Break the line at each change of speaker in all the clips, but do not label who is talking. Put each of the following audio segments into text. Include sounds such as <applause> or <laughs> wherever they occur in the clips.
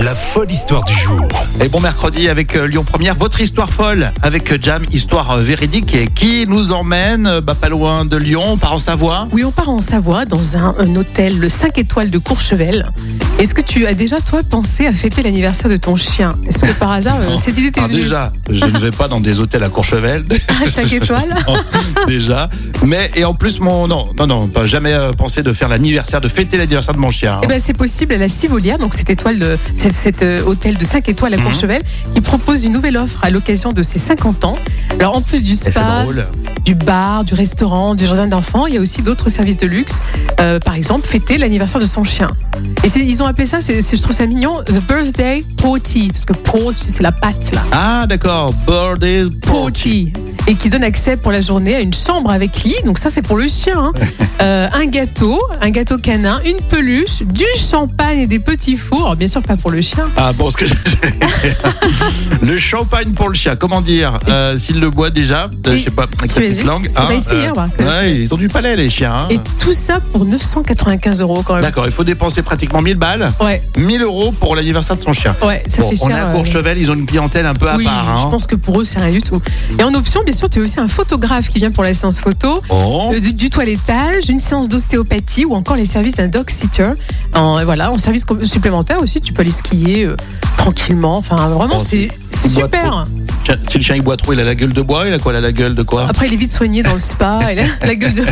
La folle histoire du jour.
Et bon mercredi avec euh, Lyon Première, votre histoire folle avec euh, Jam, histoire euh, véridique et qui nous emmène euh, bah, pas loin de Lyon, par en Savoie.
Oui, on part en Savoie dans un, un hôtel, le 5 étoiles de Courchevel. Est-ce que tu as déjà, toi, pensé à fêter l'anniversaire de ton chien Est-ce que par hasard, euh, cette idée t'est
Alors
venue
Ah, déjà, je ne vais pas dans des hôtels à Courchevel <laughs>
5 étoiles
déjà, mais et en plus mon non non non, pas jamais euh, pensé de faire l'anniversaire, de fêter l'anniversaire de mon chien. hein.
Eh ben, c'est possible à la Civolière, donc cette étoile, de, c'est- cet euh, hôtel de 5 étoiles à
Mhm.
Courchevel, qui propose une nouvelle offre à l'occasion de ses 50 ans. Alors, en plus du
Et c'est
spa,
drôle.
du bar, du restaurant, du jardin d'enfants, il y a aussi d'autres services de luxe. Euh, par exemple, fêter l'anniversaire de son chien. Et c'est- ils ont appelé ça, c'est, c'est- je trouve ça mignon, The Birthday Party, parce que pot, c'est la pâte là.
Ah d'accord, birthday party.
Porti. Et qui donne accès pour la journée à une chambre avec lit. Donc ça, c'est pour le
<laughs>
chien. hein. Euh, un gâteau, un gâteau canin, une peluche, du champagne et des petits fours. Alors, Bien sûr, pas pour le chien.
Ah bon, ce que j'ai- <laughs> le champagne pour le chien, comment dire Euh, S'il le boit déjà, euh, je sais pas, avec sa petite
imagines
langue. hein, euh,
On va essayer, on va.
ouais, ils ont du palais les chiens. hein.
Et tout ça pour 995 euros quand même.
D'accord, il faut dépenser pratiquement 1000 balles,
Ouais,
1000 euros pour l'anniversaire de son chien.
ouais, ça
Bon,
fait cher.
on est à
euh,
Courchevel, ils ont une clientèle un peu à
oui,
part. hein.
je pense que pour eux, c'est rien du tout. Et en option, bien sûr, tu as aussi un photographe qui vient pour la séance photo.
Oh.
Euh, du, du toilettage, une séance d'ostéopathie ou encore les services d'un dog sitter. En, euh, voilà, en service com- supplémentaire aussi, tu peux aller skier euh, tranquillement. Enfin, vraiment,
Oh,
c'est
il boit
super.
Tiens, Si le chien il boit trop, il a la gueule de bois, il a quoi Il a la gueule de quoi
Après, il est vite soigné dans
<laughs>
le spa. il a la gueule de.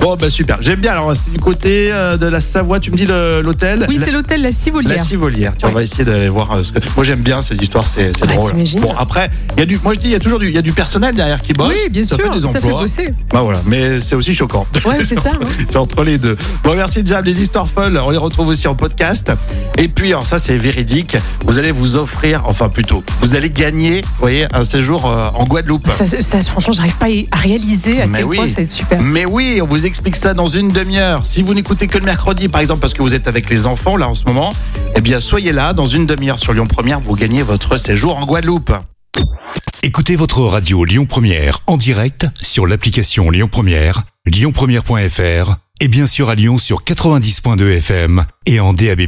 Bon, bah super, j'aime bien. Alors, c'est du côté euh, de la Savoie, tu me dis le- l'hôtel
Oui,
La-
c'est l'hôtel La
La
Civolière.
Civolière. Tiens, on va essayer d'aller voir euh, ce que. Moi, j'aime bien ces histoires, c'est c'est
Ah,
drôle.
t'imagines
Bon, après, il y a du. Moi, je dis, il y a toujours du. Il y a du personnel derrière qui bosse.
Oui, bien
ça
sûr,
Fait des
ça fait
emplois.
bosser.
Bah voilà, mais c'est aussi choquant. <laughs>
Ouais, c'est ça,
entre-
hein.
C'est entre les deux. Bon, merci Jam, les histoires folles, on les retrouve aussi en podcast. Et puis, alors ça c'est véridique, vous allez vous offrir, enfin plutôt, vous allez gagner, vous voyez, un séjour euh, en Guadeloupe.
Ça, ça, franchement, j'arrive pas à y- à réaliser à
Mais
quel
oui.
point ça va être super.
Mais oui, on vous explique ça dans une demi-heure. Si vous n'écoutez que le mercredi, par exemple, parce que vous êtes avec les enfants là en ce moment, eh bien soyez là dans une demi-heure sur Lyon Première, vous gagnez votre séjour en Guadeloupe.
Écoutez votre radio Lyon Première en direct sur l'application Lyon Première, lyonpremière.fr et bien sûr à Lyon sur 90.2 FM et en DAB+.